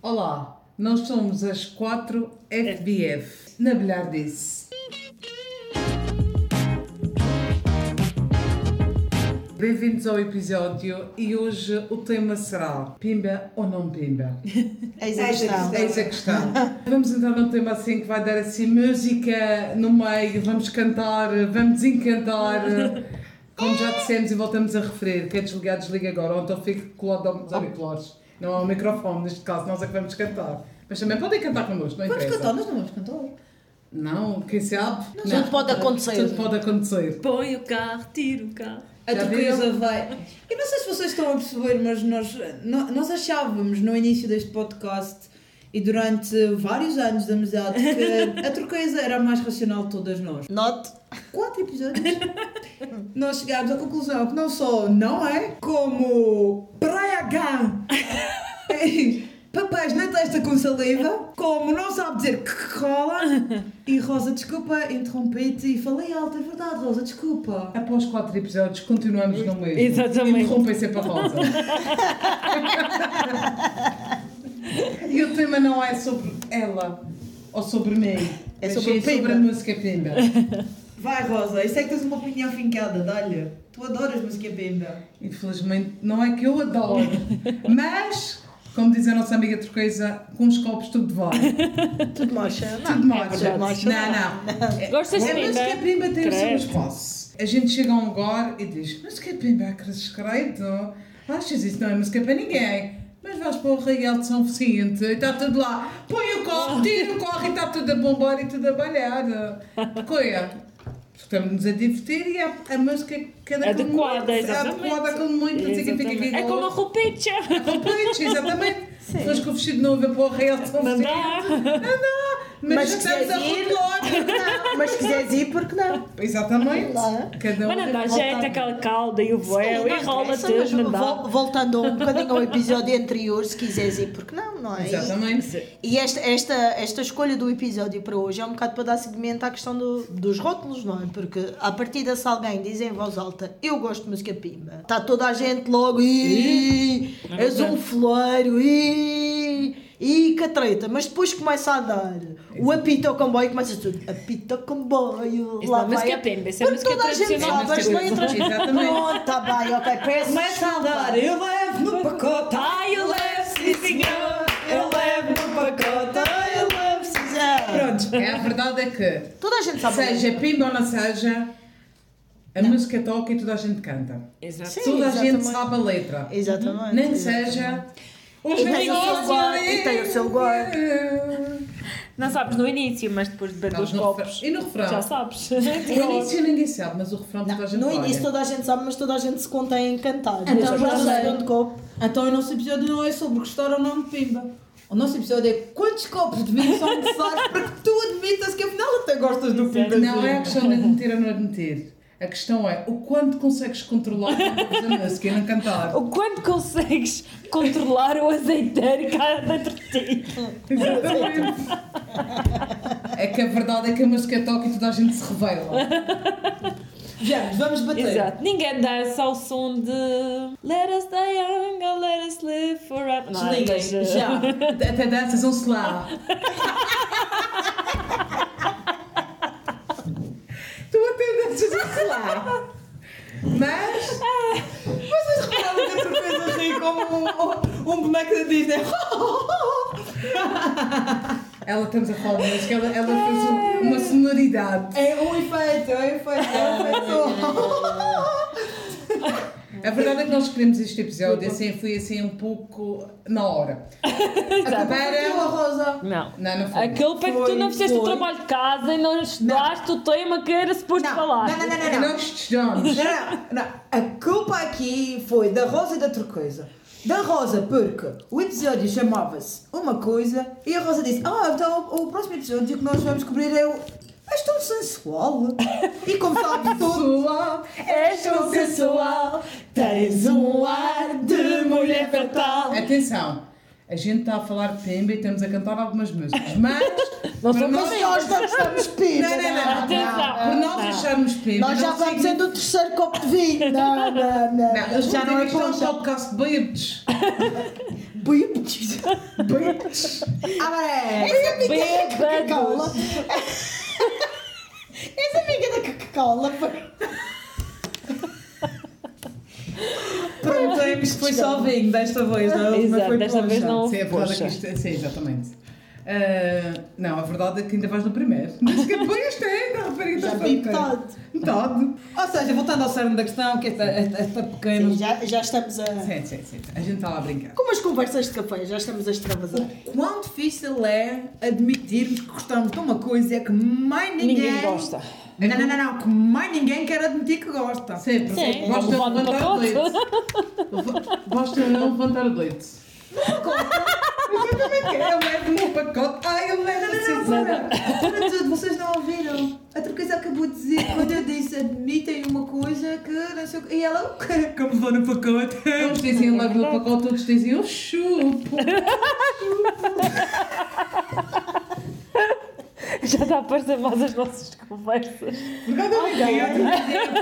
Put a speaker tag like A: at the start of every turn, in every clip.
A: Olá, nós somos as 4 FBF, na Bilhardice. Bem-vindos ao episódio e hoje o tema será Pimba ou não Pimba?
B: Eis a questão.
A: É essa a questão. vamos entrar num tema assim que vai dar assim música no meio, vamos cantar, vamos encantar. Como já dissemos e voltamos a referir, quer desligar, desliga agora, ou então fique colado aos auriculares. Não há um microfone, neste caso, nós é que vamos cantar. Mas também podem cantar connosco, não
B: Vamos
A: interessa.
B: cantar, nós não vamos cantar.
A: Não, quem sabe?
B: Tudo
A: Não.
C: pode acontecer.
A: Tudo pode acontecer.
C: Põe o carro, tira o carro.
B: A
A: Já
B: tua
A: viram?
B: coisa É vai. Eu não sei se vocês estão a perceber, mas nós, nó- nós achávamos no início deste podcast e durante vários anos de amizade que a turquesa era a mais racional de todas nós.
C: Note.
B: Quatro episódios. nós chegámos à conclusão que não só não é, como praia gã. Papéis na testa com saliva, como não sabe dizer que cola. E Rosa, desculpa, interrompi-te e falei alto, é verdade, Rosa, desculpa.
A: Após quatro episódios, continuamos no mesmo.
C: Exatamente.
A: Interrompem sempre a pausa. e o tema não é sobre ela ou sobre mim.
B: É
A: mas
B: sobre o
A: sobre
B: Pimba.
A: a música Pimba.
B: Vai, Rosa, isso é que tens uma opinião fincada, dá-lhe. Tu adoras música bimba.
A: Infelizmente, não é que eu adoro, mas, como diz a nossa amiga turquesa, com os copos tudo vai.
C: Tudo
B: é.
C: mocha.
A: é Tudo mocha.
C: verdade.
A: não, não. É-
C: Gostas de
A: é,
C: mim,
A: mas que a
C: né?
A: pimba tem o seu
C: Credo.
A: espaço. A gente chega a um lugar e diz, mas que a pimba é credo? Achas isso não é música para ninguém? Mas vais para o Real de São Vicente e está tudo lá. Põe o corre, tira o corre e está tudo a bombar e tudo a balhar. Coia. Estamos a divertir e é a, a música cada
C: Adequada,
A: momento, é
C: exatamente.
A: adequada aquele momento, não sei o que fica aqui.
C: É como a roupinha.
A: Pois, exatamente. Pessoas com o vestido novo a para o Real de São
C: Não
A: Vicente.
C: dá.
A: Mas,
D: Mas
A: estamos a
D: quiseres ir?
A: rotular.
D: Mas se quiseres ir, porque não?
A: Exatamente.
D: Lá.
A: Cada um
C: Mas não dá jeito, aquela calda e o voeu,
D: Sim, não
C: enrola
D: interessa, mas
C: tudo, não dá.
D: vol- Voltando um bocadinho ao episódio anterior, se quiseres ir, porque não, não é? E-
A: Exatamente.
D: E, esta, esta, esta escolha do episódio para hoje é um bocado para dar seguimento à questão do- dos rótulos, não é? Porque a partir se alguém diz em voz alta eu gosto de música pimba, está toda a gente logo "Ih, és um foleiro, "Ih, e que treta, mas depois começa a dar o apito ao comboio, começa tudo apito ao comboio,
C: Isso
D: lá
C: não é música
D: vai a-
C: pimba, isso é
D: Porque
C: música
D: toda a gente
C: tradicional.
D: sabe as letras.
A: Exatamente.
D: Pronto, está bem, ok, peço
B: Começa a andar, eu levo no pacote.
C: Ai, eu levo, sim senhor.
B: Eu levo no pacote, ai, eu levo. sim.
D: Pronto.
B: Pronto.
A: É, a verdade é que,
D: Toda a gente sabe.
A: seja pimba ou não seja, a música toca e toda a gente canta.
C: Exato.
A: toda a gente
D: exatamente.
A: sabe a letra.
D: Exatamente.
A: Nem que
D: exatamente.
A: seja.
D: E tem o seu
A: negócios-
D: guarda, e tem o seu guarda.
C: Não sabes no início, mas depois de beber
A: Não,
C: os
A: no
C: copos.
A: refrão- E no refrão?
C: Já sabes.
A: O início ninguém sabe, mas o refrão toda a gente é.
D: No
A: olha.
D: início toda a gente sabe, mas toda a gente se contém em cantar.
B: Então,
D: Depois
B: já
D: do
B: sei.
D: segundo copo.
B: Então o nosso episódio não é sobre gostar ou não de pimba. O nosso episódio é quantos copos de vinho são necessários para que tu admitas que afinal até gostas do pimba.
A: Não é a questão de admitir ou não admitir. A questão é o quanto consegues controlar a música e não cantar.
C: O quanto consegues controlar o azeiteiro cá dentro de ti?
A: Exatamente. É que a verdade é que a música toca e toda a gente se revela.
B: Vamos, vamos bater.
C: Exato. Ninguém dança ao som de Let us die young or let us live forever. Não,
B: Desliguem,
C: mas, uh,
B: já.
A: Até danças um lá. Tu até danças um lá. Mas
B: Vocês repararam é que a surpresa ri como um, um, um boneco da Disney.
A: ela estamos a falar de música, ela, ela fez um- uma sonoridade.
B: É um efeito, é um efeito, é um efeito.
A: A verdade é que nós queremos este episódio, assim, foi assim um pouco na hora.
B: Partiu a
A: Acabaram.
B: Rosa.
C: Não.
A: Não, não foi.
C: Aquele para que tu não
B: Foi,
C: fizeste o
B: foi.
C: trabalho de casa e não estudaste o tema que era suposto
B: Não,
C: falar.
B: não, não, não, não, não.
A: Nós estudamos.
B: Não, não, não. A culpa aqui foi da Rosa e da turquesa. Da Rosa, porque o episódio chamava-se Uma Coisa e a Rosa disse: Ah, então o, o próximo episódio que nós vamos cobrir é o. És tão sensual! E como sabe tudo.
A: Pessoal,
C: És tão sensual, tens um ar de mulher fatal.
A: É, Atenção, a gente está a falar de pimba e estamos a cantar algumas músicas, mas
C: Não
A: para
C: são
A: nós,
D: Mas nós não estamos pimba.
A: é Não, não, não, não,
C: Atenção.
A: para nós
C: Não.
A: acharmos pimba,
D: Nós já
A: não
D: vamos
A: significa-
D: sendo o terceiro copo de vinho. Não, não, não.
A: Não,
D: já não é
A: isto é um
D: poncha.
A: podcast de bêbados.
B: Bitch. Bitch. Agora é.
D: Coca-Cola.
C: Bêbados.
D: És amiga da Coca-Cola.
A: Problemas,
B: Foi só vinho desta vez,
A: é?
B: não? Mas
C: Exato,
B: foi
C: desta
B: poncha.
C: vez não.
A: Sim, a verdade
C: Poxa.
A: é que isto, sim, exatamente. Ah, não, a verdade é que ainda vais no primeiro. Mas que depois isto é, da rapariga
D: Já
A: está
D: vi
A: solteira.
D: todo.
A: Todo.
B: Ou seja, voltando ao cerne da questão, que é, é, é, pequeno.
D: Sim, já, já estamos a.
A: Sim, sim, sim. A gente está lá a brincar.
D: Com umas conversas de café, já estamos a extravasar.
B: O quão difícil é admitirmos que gostamos de uma coisa que mais ninguém...
C: Ninguém gosta.
B: Não, não, não, não, que mais ninguém quer admitir que gosta.
A: Sempre.
C: Sim,
A: Gosta de
C: vamos lá no
A: levantar o
C: pacote.
A: leite. Gosta de não levantar o leite. Exatamente. Eu levo
B: um
A: no pacote. Ai, eu um levo
B: Não, não, não, para. um Para tudo, vocês não ouviram. A Turquesa acabou de dizer quando eu disse admitem uma coisa que não sei o que. E ela, o quê? Como vou no pacote.
A: Uns dizem levo no pacote, outros dizem "Oh, eu chupo.
C: Já está a parecer mais as nossas conversas.
B: Eu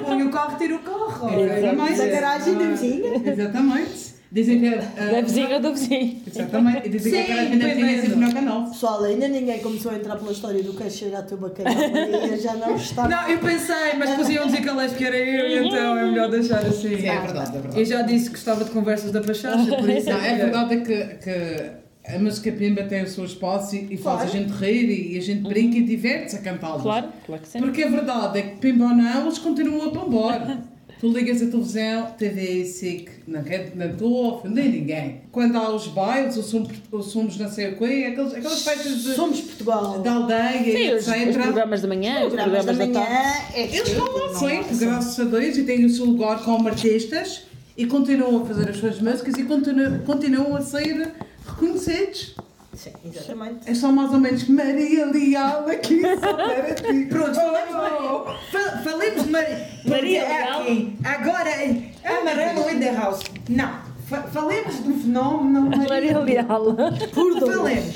B: ponho o carro, tiro o
C: É
B: carro.
A: Exato.
B: Era mais
D: Da garagem da vizinha.
A: Exatamente. Dizem que. ah,
C: Da vizinha do vizinho.
A: Exatamente. E dizem que
B: Sim,
A: aquela gente
B: primeiro.
A: tinha é sempre no canal.
D: Pessoal, ainda ninguém começou a entrar pela história do queijo cheira à tua bacana. Maria, já não está.
B: Não, Ah, eu pensei, mas depois iam dizer que a lésbica era eu, então é melhor deixar assim.
A: Sim, é verdade, é verdade.
B: Eu já disse que gostava de conversas da Pachacha, por isso
A: Não, é verdade é que, que a música pimba tem o seu espaço e, e faz
D: Claro.
A: a gente rir e, e a gente brinca e diverte-se a cantá-los.
C: Claro, claro que sim.
A: Porque a verdade é que pimba ou não, eles continuam a pombar. tu ligas a televisão, TV SIC, não, quer- não estou a ofender ninguém. Quando há os bailes, ou somos, ou somos não sei o quê, é aqueles, aquelas festas de,
D: Somos Portugal.
A: da aldeia,
C: Sim, os, os
A: etc.
C: programas da manhã, os
D: Programas da
C: programas da tarde.
D: manhã. é
A: Eles
D: sempre,
A: vão lá
D: não
A: sempre,
D: há-
A: graças a Deus, e têm o seu lugar como artistas e continuam a fazer as suas músicas e continu- continuam a ser reconhecidos.
D: Sim, exatamente.
A: É só mais ou menos Maria Leal aqui só para ti.
B: Pronto, falamos, fal- falemos de Maria.
C: Maria
B: é
C: Leal.
B: aqui. Agora é amarelo in the house. Não, fa- falemos do fenómeno
C: Maria Leal.
B: Por Falemos.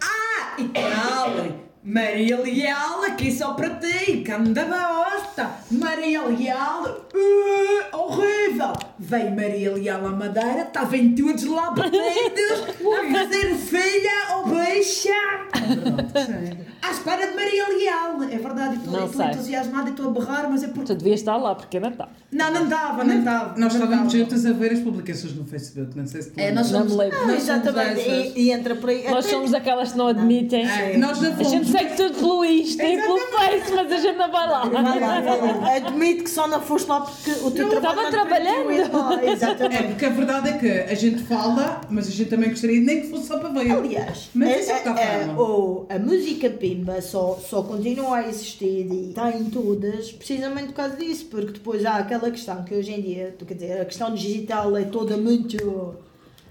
B: Ah, e tal. Maria Leal, aqui só para ti. Canda bosta. Maria Leal, uh, horrível. Vem Maria Leal à Madeira, estavam todos lá batidos a fazer filha ao bicha. é. À espera de Maria Leal. É verdade, eu estou- eu
C: Não
B: estou
C: sei.
B: entusiasmada e estou a berrar, mas é porque...
C: Tu devias estar lá, porque é não está.
B: Não, não dava, não dava.
A: Nós
B: não dava.
A: estávamos juntas a ver as publicações no Facebook, não sei se tu
B: É,
A: lembras.
B: nós
C: Não
B: somos...
C: me lembro.
D: Ah, é
B: nós somos
D: exatamente.
B: dessas.
D: E, e entra por aí.
C: Nós
D: Até-
C: somos daquelas que não admitem.
A: É, nós não
C: A gente
A: fomos.
C: segue tudo pelo Insta e pelo Face, mas a gente não vai lá.
D: Vai lá, vai lá. Admito que só não foste lá porque o teu
C: Não,
D: trabalho.
C: estava
D: não te permitiu ir lá.
A: É,
D: Exatamente.
A: porque a verdade é que a gente fala, mas a gente também gostaria nem que fosse só para ver.
D: Aliás,
A: Mas
D: a,
A: isso é o que está
D: a- a-
A: fama.
D: o- a música pimba só, só continua a existir e está em todas precisamente por causa disso, porque depois há aquela questão que hoje em dia, tu quer dizer, a questão digital é toda muito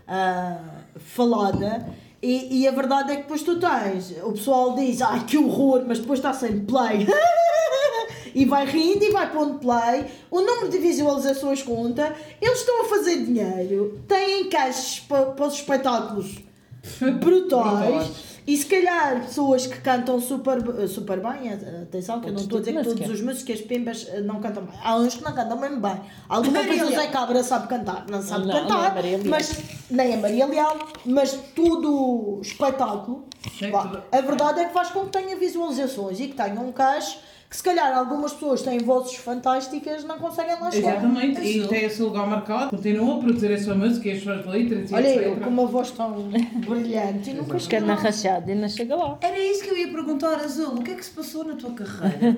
D: ah, falada e, e a verdade é que depois tu tens, o pessoal diz, ai que horror, mas depois está sem play. E vai rindo e vai pondo play, o número de visualizações conta, eles estão a fazer dinheiro, têm caixas para, para os espetáculos brutais. E se calhar pessoas que cantam super, super bem, atenção que eu não estou a
C: tipo
D: dizer que todos os músicos pimbas eh, não cantam bem. Há uns que não cantam mesmo bem. Alguma vez o Zé Cabra sabe cantar, não
C: Não,
D: sabe
C: não é
D: cantar,
C: Maria Leal.
D: mas nem a Maria Leal, mas todo o espetáculo.
A: Sim,
D: vá,
A: tudo-
D: a verdade é que faz com que tenha visualizações e que tenha um caixa que se calhar algumas pessoas têm vozes fantásticas não conseguem lá chegar.
A: Exatamente, e tem o seu lugar marcado, continuam a produzir a sua música e as suas letras e
D: Olha eu,
A: etc.
D: com uma voz tão brilhante e nunca
C: Porque
D: cheguei
C: na
D: lá.
C: rachada e não chega lá.
B: Era isso que eu ia perguntar, Azul. O que é que se passou na tua carreira?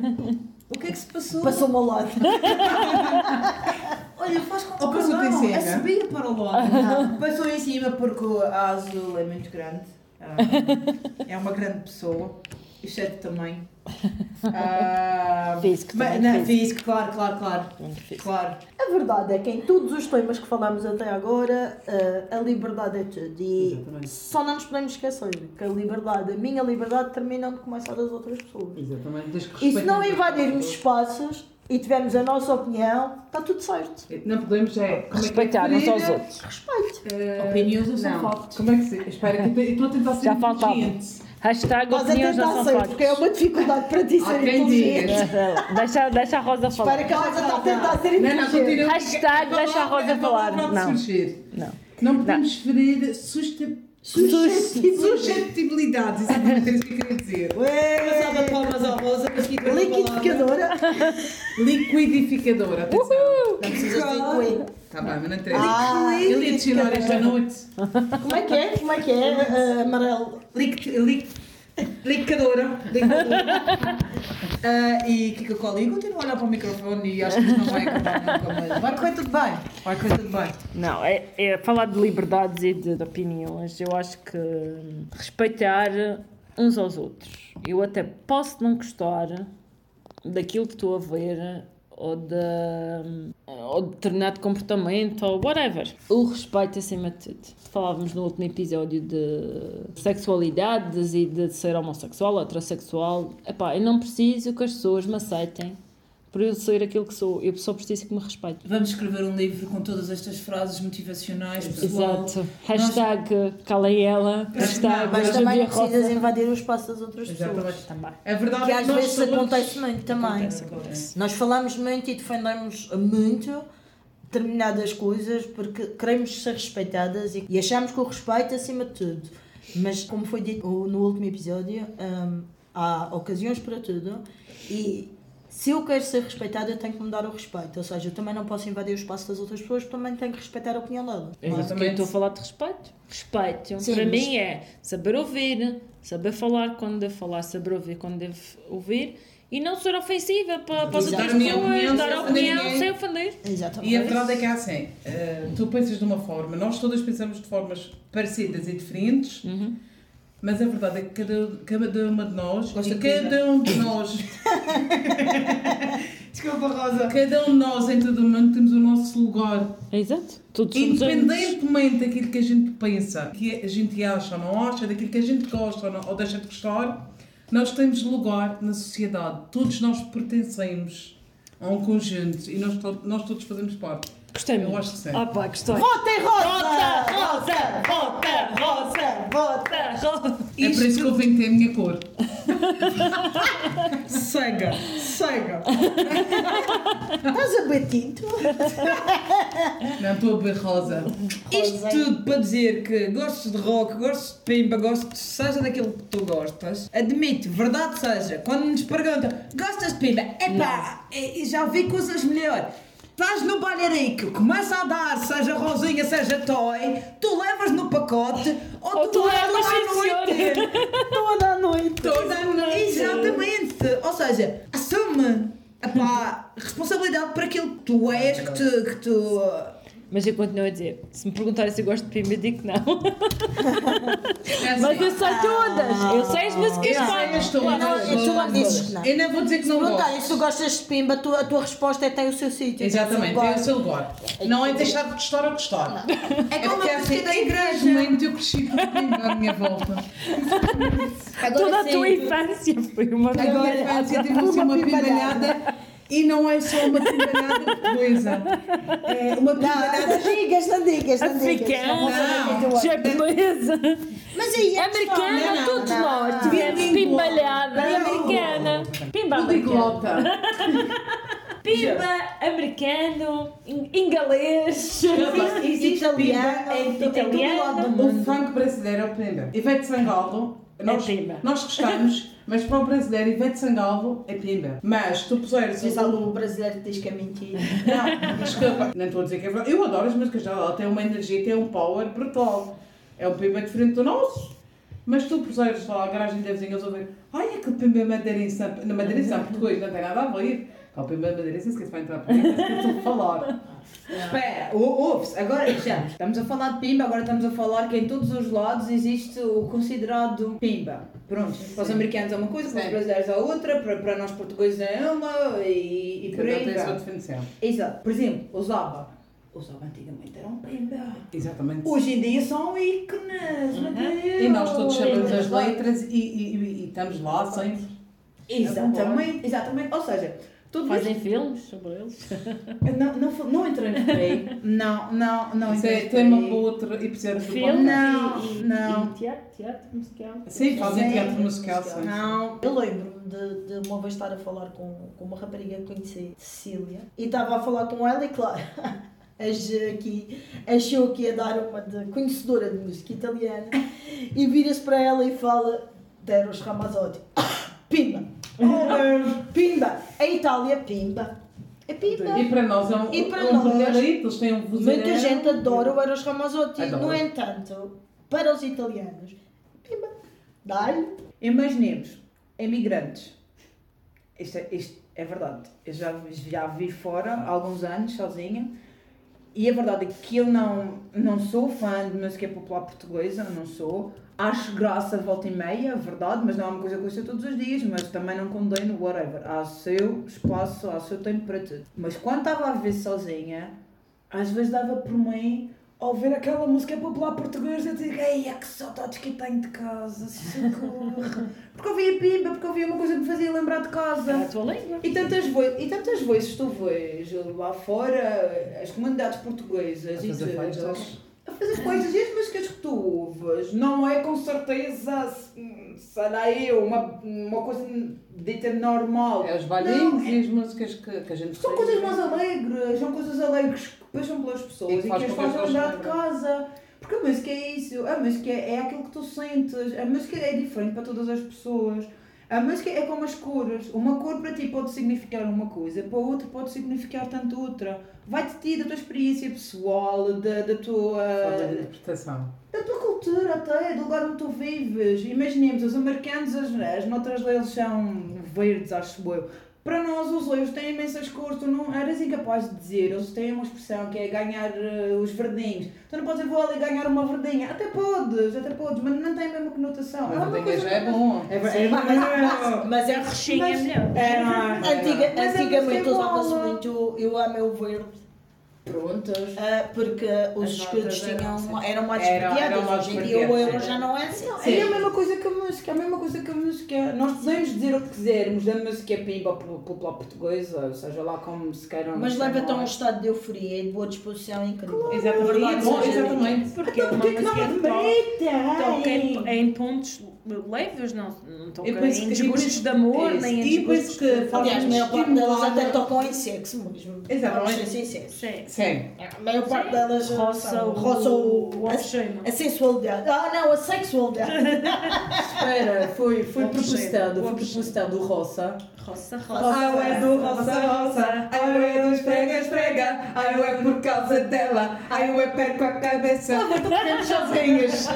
B: O que é que se passou?
D: Passou-me ao lado.
B: Olha, faz com
A: Ou
B: que
A: passou em cima?
B: a É subia para o lado. Passou em cima porque a Azul é muito grande. Ah, é uma grande pessoa. Exceto também. Ah,
C: Físico
B: mas-
C: também,
B: Não, físico, claro, claro, claro. Claro.
D: A verdade é que em todos os temas que falámos até agora, eh, a liberdade é tudo. E
A: Exatamente.
D: só não nos podemos esquecer que a liberdade, a minha liberdade, termina onde começa a das outras pessoas.
A: Exatamente, desde que
D: E se não
A: respeitemos-
D: invadirmos espaços e tivermos a nossa opinião, está tudo certo.
A: Não podemos é. como é que é
C: Respeitar uns aos
A: querida?
C: outros.
D: Respeito.
A: Eh,
B: Opiniões ou são
A: não.
B: factos?
A: Como é que se. Espera, que eu estou a tentar ser
C: Já faltava.
A: inteligente.
C: Hashtag
D: Estás a
C: opiniões
D: tentar
C: não são
D: ser, porque é
C: factos.
D: uma dificuldade para ti ser
A: Há quem
D: inteligente.
A: diga.
C: Deixa, deixa a Rosa
D: Para
C: falar.
D: que ela está a tentar ser
A: Não, não,
D: inteligente.
A: continua.
C: Hashtag
A: Palavra-
C: deixa a Rosa falar.
A: palavra de
C: Não.
A: surgir.
C: Não.
A: Que Não podemos ferir susta- suscetibilidades. Exatamente, é isso que eu queria dizer.
E: Passava palmas à Rosa, mas que
D: Liquidificadora.
A: Liquidificadora. Atenção.
D: Não precisas de liquid.
A: Tá bem, mas não interessa.
D: Ah,
A: eu li dicionário esta noite.
D: Como é que é? Como é que é? ah, amarelo.
A: Liquidadora. Ah, e Kika Coli continua a olhar para o microfone e acho que isto não vai acabar nunca mais. Vai correr tudo bem. Vai correr tudo bem.
C: Não, é, é falar de liberdades e de, de opiniões. Eu acho que hum, respeitar uns aos outros. Eu até posso não gostar daquilo que estou a ver ou de, hum, ou de determinado comportamento ou whatever. O respeito acima de tudo. Falávamos no último episódio de sexualidades e de ser homossexual, heterossexual. Epá, eu não preciso que as pessoas me aceitem por eu ser aquilo que sou. Eu só preciso que me respeitem.
B: Vamos escrever um livro com todas estas frases motivacionais, pessoal.
C: Exato. Hashtag calei ela. Hashtag hoje
D: Mas
C: em
D: também
C: dia
D: não precisas
C: roça.
D: invadir o espaço das outras pessoas.
C: Também.
A: É verdade
D: Que às
A: nós
D: vezes
A: falamos-
D: acontece muito também. Nós falamos muito e defendemos muito determinadas coisas porque queremos ser respeitadas e e achamos que o respeito é acima de tudo. Mas, como foi dito no último episódio, hum, há ocasiões para tudo e se eu quero ser respeitada, eu tenho que me dar o respeito. Ou seja, eu também não posso invadir o espaço das outras pessoas, também tenho que respeitar a opinião delas.
C: É isso que eu estou a falar de respeito. Respeito.
D: Sim,
C: Para
D: mas-
C: mim é saber ouvir, saber falar quando devo falar, saber ouvir quando devo ouvir e não ser ofensiva para, para as
A: Exato.
C: outras
A: Dar a minha opinião
C: pessoas, dar
A: sem
C: a
A: ofender
C: opinião
A: ninguém.
C: sem ofender.
D: Exatamente.
A: E a verdade é que é assim, eh, tu pensas de uma forma, nós todas pensamos de formas parecidas e diferentes,
B: Uhum.
A: mas a verdade é que cada, cada uma de nós,
B: Gosta
A: e
B: de
A: cada um de nós,
B: Desculpa, Rosa.
A: cada um de nós em todo o mundo temos o nosso lugar.
C: Exato. Todos somos únicos.
A: Independentemente daquilo que a gente pensa, que a gente acha ou não acha, daquilo que a gente gosta ou, não- ou deixa de gostar, nós temos lugar na sociedade. Todos nós pertencemos a um conjunto e nós, to- nós todos fazemos parte.
C: Gostei
A: Eu
C: muito.
A: acho que sim.
C: Ah pá, gostei.
D: Votem Rosa!
C: Rosa, Rosa,
D: Rosa! Votem!
C: Rosa, Rosa.
A: É por isso que eu vim ter a minha cor.
B: Cega, cega.
D: Estás a beber tinto?
A: Não estou a beber rosa.
B: Isto tudo para dizer que gostes de rock, gostes de pimba, gostes seja daquilo que tu gostas. Admito, verdade seja, quando nos perguntam, gostas de pimba? Epá, e e já vi coisas melhor. Estás no bailarico, começa a dar, seja rosinha, seja toy, tu levas no pacote ou,
C: Ou tu
B: levas
C: levas, sim,
B: à noite.
D: Toda a noite!
B: Toda a noite. Exatamente. Ou seja, assume epá, responsabilidade por aquilo que tu és, que tu. Que tu
C: Mas eu continuo a dizer, se me perguntarem se eu gosto de pimba, eu digo que não.
A: É
C: Mas eu
A: assim,
C: sei todas! Eu sei as músicas
A: Ah, Eu sei as todas.
C: todas!
D: Não,
A: Mas
D: tu não
A: todas.
D: dizes que não.
A: Eu não vou dizer que não
D: Perguntarem se
A: gosto.
D: tu gostas de pimba, tu- a tua resposta é tem o seu sítio. então,
A: Exatamente, é o seu lugar. Não é deixar de gostar ou gostar.
E: É como
A: porque assim,
E: a música da igreja.
A: infelizmente, eu cresci com o pimba à minha volta.
C: Toda a
D: sim.
C: tua infância foi uma
A: Agora, a minha infância teve assim uma pimbalhada e não é só uma pimbalhada de coisa. É uma
D: Não, não digas, não digas, não
A: Assim,
D: digas.
C: Africana.
D: Não vou fazer aqui do outro.
C: japonesa,
D: Mas aí é pessoal, não,
C: americana,
D: não,
C: todos
D: não,
C: nós
D: não.
C: tivemos
A: Bilingue.
C: pimbalhada
A: Bilingue.
C: americana, pimba americana,
A: poliglota.
C: pimba americano, in- inglês, É
A: Existe
D: Italiano,
A: pimba em todo
C: italiano.
A: O funk brasileiro é o pimba. Ivete Sangalo, nós,
C: pimba.
A: nós gostamos, mas para o brasileiro, Ivete Sangalo é pimba. Mas tu puseres
D: Tens
A: o.
D: algum brasileiro que diz que é mentira.
A: Não, desculpa, não estou a dizer que é verdade. Eu adoro as músicas dela, ela tem uma energia, tem um power brutal. É um pimba diferente do nosso. Mas tu puseres lá a garagem da vizinha, eles ouvem. Ai, é que o pimba madeirense. Na madeirense há português, não tem nada a ver. Que é o pimba madeirense, se que se vai entrar por mim, se que estou a falar. um
B: Espera, ou- ouve-se, agora deixamos. Estamos a falar de Pimba, agora estamos a falar que em todos os lados existe o considerado Pimba. Pronto, para os americanos é uma coisa, para os
A: Sim.
B: brasileiros é outra, para, para nós portugueses é uma e, e por
A: Cada um
B: aí
A: tem a sua
B: vai.
A: definição.
B: Exato, por exemplo, os ABBA. Os ABBA antigamente eram Pimba.
A: Exatamente.
B: Hoje em dia são ícones, meu Deus.
A: Uhum. E nós todos sabemos as letras e, e, e- e estamos lá sempre. É
B: Exatamente, exatamente. Ou seja, tudo
C: fazem filmes sobre eles.
B: isto- Não, não, fa- não entramos por aí. Não, não, não
A: Isso é
B: entramos por
A: tema
B: aí.
A: para outro episódio do
C: Filmes
A: podcast.
B: Não,
C: e, e-
B: não.
C: e teatro, teatro musical.
A: Sim, fazem
B: Sim, Ah,
A: teatro musical, sim.
B: Não.
D: Eu lembro-me de, de uma vez estar a falar com, com uma rapariga que conheci, Cecília, e estava a falar com ela e claro, as, aqui, achou que ia dar uma de conhecedora de música italiana e vira-se para ela e fala Deros Ramazzotti. Pimba! Oh, pimba! A Itália, pimba! É pimba!
A: E para nós é um,
D: E para
A: um
D: nós?
A: verdadeiro, eles têm um vozeirão.
D: Muita gente adora o Eros Ramazzotti,
A: Adoro.
D: no entanto, para os italianos, pimba! Dá-lhe!
B: Imaginemos, imigrantes. Isto é, isto é verdade. Eu já, já vi fora há alguns anos, sozinha. E a verdade é que eu não, não sou fã de música popular portuguesa, não sou. Acho graça de volta e meia, é verdade, mas não é uma coisa que eu ouço todos os dias, mas também não condeno, whatever. Há seu espaço, há seu tempo para tudo. Mas quando estava a ver sozinha, às vezes dava por mim ao ver aquela música popular portuguesa, eu digo, ei, é que saudades que eu tenho de casa, socorro. porque eu via pimba, porque eu via uma coisa que me fazia lembrar de casa.
C: É a tua língua.
B: E tantas, vo- e tantas vezes tu vês lá fora as comunidades portuguesas
E: A fazer
B: e tudo,
E: coisas.
B: a fazer coisas e as músicas que tu ouves não é com certeza, se- sei lá eu, uma, uma coisa dita normal.
A: É os bailinhos e as músicas que, que a gente
B: São
A: fez.
B: coisas mais alegres, são coisas alegres que puxam pelas pessoas
A: E
B: e,
A: que
B: que
A: faz
B: as
A: com que
B: fazem
A: elas
B: andar de
A: lembrem.
B: casa. Porque a música é isso, a música é aquilo que tu sentes, a música é diferente para todas as pessoas. A música é como as cores, uma cor para ti pode significar uma coisa, para outra pode significar tanto outra. Vai-te ti da tua experiência pessoal, da, da
A: Forma de
B: tua
A: interpretação.
B: da tua cultura até, do lugar onde tu vives. Imaginemos, os americanos, as, as notas deles são verdes, acho eu. Para nós, os leões têm imensas cores, tu não eras incapaz de dizer. Eles têm uma expressão que é ganhar eh, os verdinhos. Tu não podes dizer, vou ali ganhar uma verdinha. Até podes, até podes, mas não tem a mesma conotação.
A: Mas
B: É uma
A: a linha já
B: coisa
A: é
B: que-
A: bom.
B: É, ver- é, ver-
D: Mas é
C: Roxinha é melhor.
B: é, não é?
D: Antiga,
B: Mas é
D: antigamente
B: música
D: usava-se
B: boa.
D: muito eu amo o verde
B: Prontos.
D: ah, porque os
B: As
D: escudos
B: notas eram
D: tinham
B: assim.
D: uma, eram mais
A: Eram- eram
D: despenteadas.
A: mais
D: Hoje em dia o
A: despenteadas,
D: euro
A: sim.
D: já não é assim.
B: É a mesma coisa que a música, é a mesma coisa que a música. Nós podemos dizer o que quisermos da música pimba po- popular portuguesa, ou seja lá como se queiram.
D: Mas
B: chamar.
D: leva-te a um estado de euforia e de boa disposição incrível.
B: é
A: Exatamente.
D: Verdade
A: é Bom,
D: seja dita.
A: exatamente.
C: Porque é uma
B: Porquê que não
C: música que toca- toca Então, em,
B: admita? Ai.
C: em pontos leves, não, não toca
A: Eu penso
C: em
A: que-
C: desgostos
A: eu
C: de
A: penso-
C: amor,
A: é,
C: nem em
A: e
C: desgostos
A: penso que
C: de-
A: falta-
D: Aliás, a maior parte delas até tocam em sexo mesmo.
A: Exatamente.
D: Vamos ser sinceros.
C: Sim.
A: Sim.
D: A maior parte delas
C: Roça o-
D: roça
C: o
D: o,
C: obsceno.
D: a, a sensualidade. Ah, não, a sexualidade.
B: Espera, foi, foi
C: Vamos ver.
B: propositado, foi
C: Vamos ver.
B: propositado o roça.
C: Roça, roça.
B: Ah, eu é do roça, roça. Ah, eu é do esfrega, esfrega. Ah, eu é por causa dela. Ah, eu é perco a cabeça.
A: Sozinhas.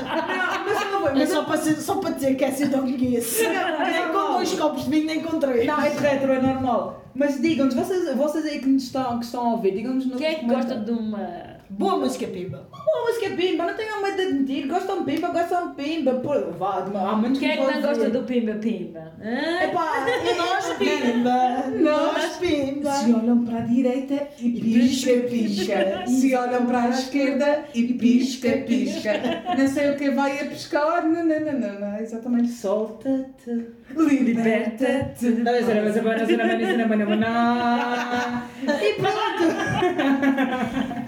D: É só para, ser- só para dizer que é assim tão conheço. Nem com dois copos de vinho, nem com três.
B: Não, é retro, é normal. Mas digam-nos, vocês, vocês aí que, nos estão, que estão a ouvir, digam-nos nos
C: Quem é que
B: comentários.
C: gosta de uma.
D: Boa música, Pimba.
B: Uma música pimba, não tenham medo de admitir, gostam de pimba, gostam de pimba. Pô, vá, há muitos
C: Quem é que
B: podem
C: não gosta
B: dizer.
C: do Pimba Pimba? Hã?
B: Epá,
A: é,
B: é-
D: Nós, Pimba. Nós, Pimba.
A: Se olham para a direita e pisca, pisca. Se olham para a esquerda e pisca, pisca. Não sei o que vai a pescar. Não, não, não, não, não. Exatamente.
B: Solta-te,
C: liberta-te.
D: E pronto.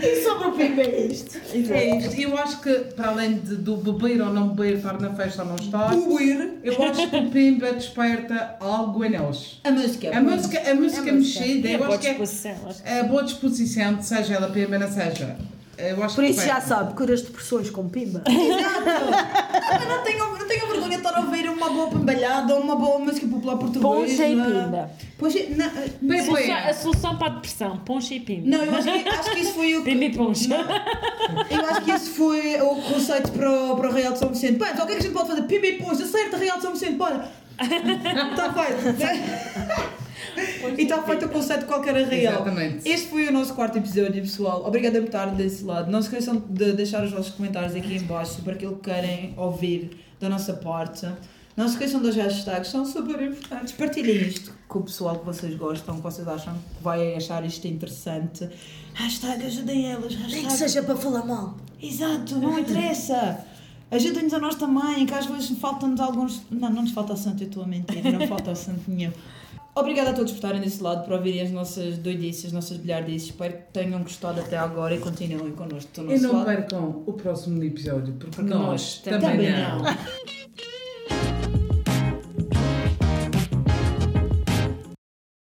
D: e sobre o Pimba é isto.
A: É isto. Eu acho que, para além de, do beber ou não beber, estar na festa ou não estar, eu acho que o Pimba desperta algo em nós.
D: A música.
A: A música, a música mexida, eu acho que é
C: que
A: a boa disposição, seja ela Pimba, não seja. Eu acho
D: Por
A: que
D: isso já
A: desperta.
D: sabe, curas depressões com Pimba.
B: não tenho, não tenho vergonha de estar a ouvir uma boa pambalhada ou uma boa música popular portuguesa.
C: Poncha e pimba.
B: Pois, não,
A: Bem, bem.
C: A é solução para a depressão, poncha e pimba.
B: não eu acho que, acho que isso foi o que-
C: Pimba e poncha.
B: Eu acho que isso foi o conceito para o, para o Real de São Vicente. Pá, então o que é que a gente pode fazer? Pimba e poncha, certo, Real de São Vicente, bora! Está feito. E está feito o conceito de qualquer real.
A: Exatamente.
B: Este foi o nosso quarto episódio, pessoal. Obrigada por estar desse lado. Não se esqueçam de deixar os vossos comentários aqui em baixo sobre aquilo que querem ouvir da nossa parte. Não se esqueçam das hashtags, são super importantes. Partilhem isto com o pessoal que vocês gostam, que vocês acham que vai achar isto interessante. Hashtag ajudem elas,
D: Nem
B: hashtag
D: que seja para falar mal.
B: Exato, não interessa. Ajudem-nos a nós também, que às vezes faltam-nos alguns. Não, não nos falta santo, eu estou a mentir, não falta santo nenhum. Obrigada a todos por estarem desse lado, por ouvirem as nossas doidices, as nossas bilhardices. Espero que tenham gostado até agora e continuem connosco
A: E
B: do nosso
A: não
B: lado.
A: percam o próximo episódio, porque nós,
B: Nós
A: também, não.
B: não.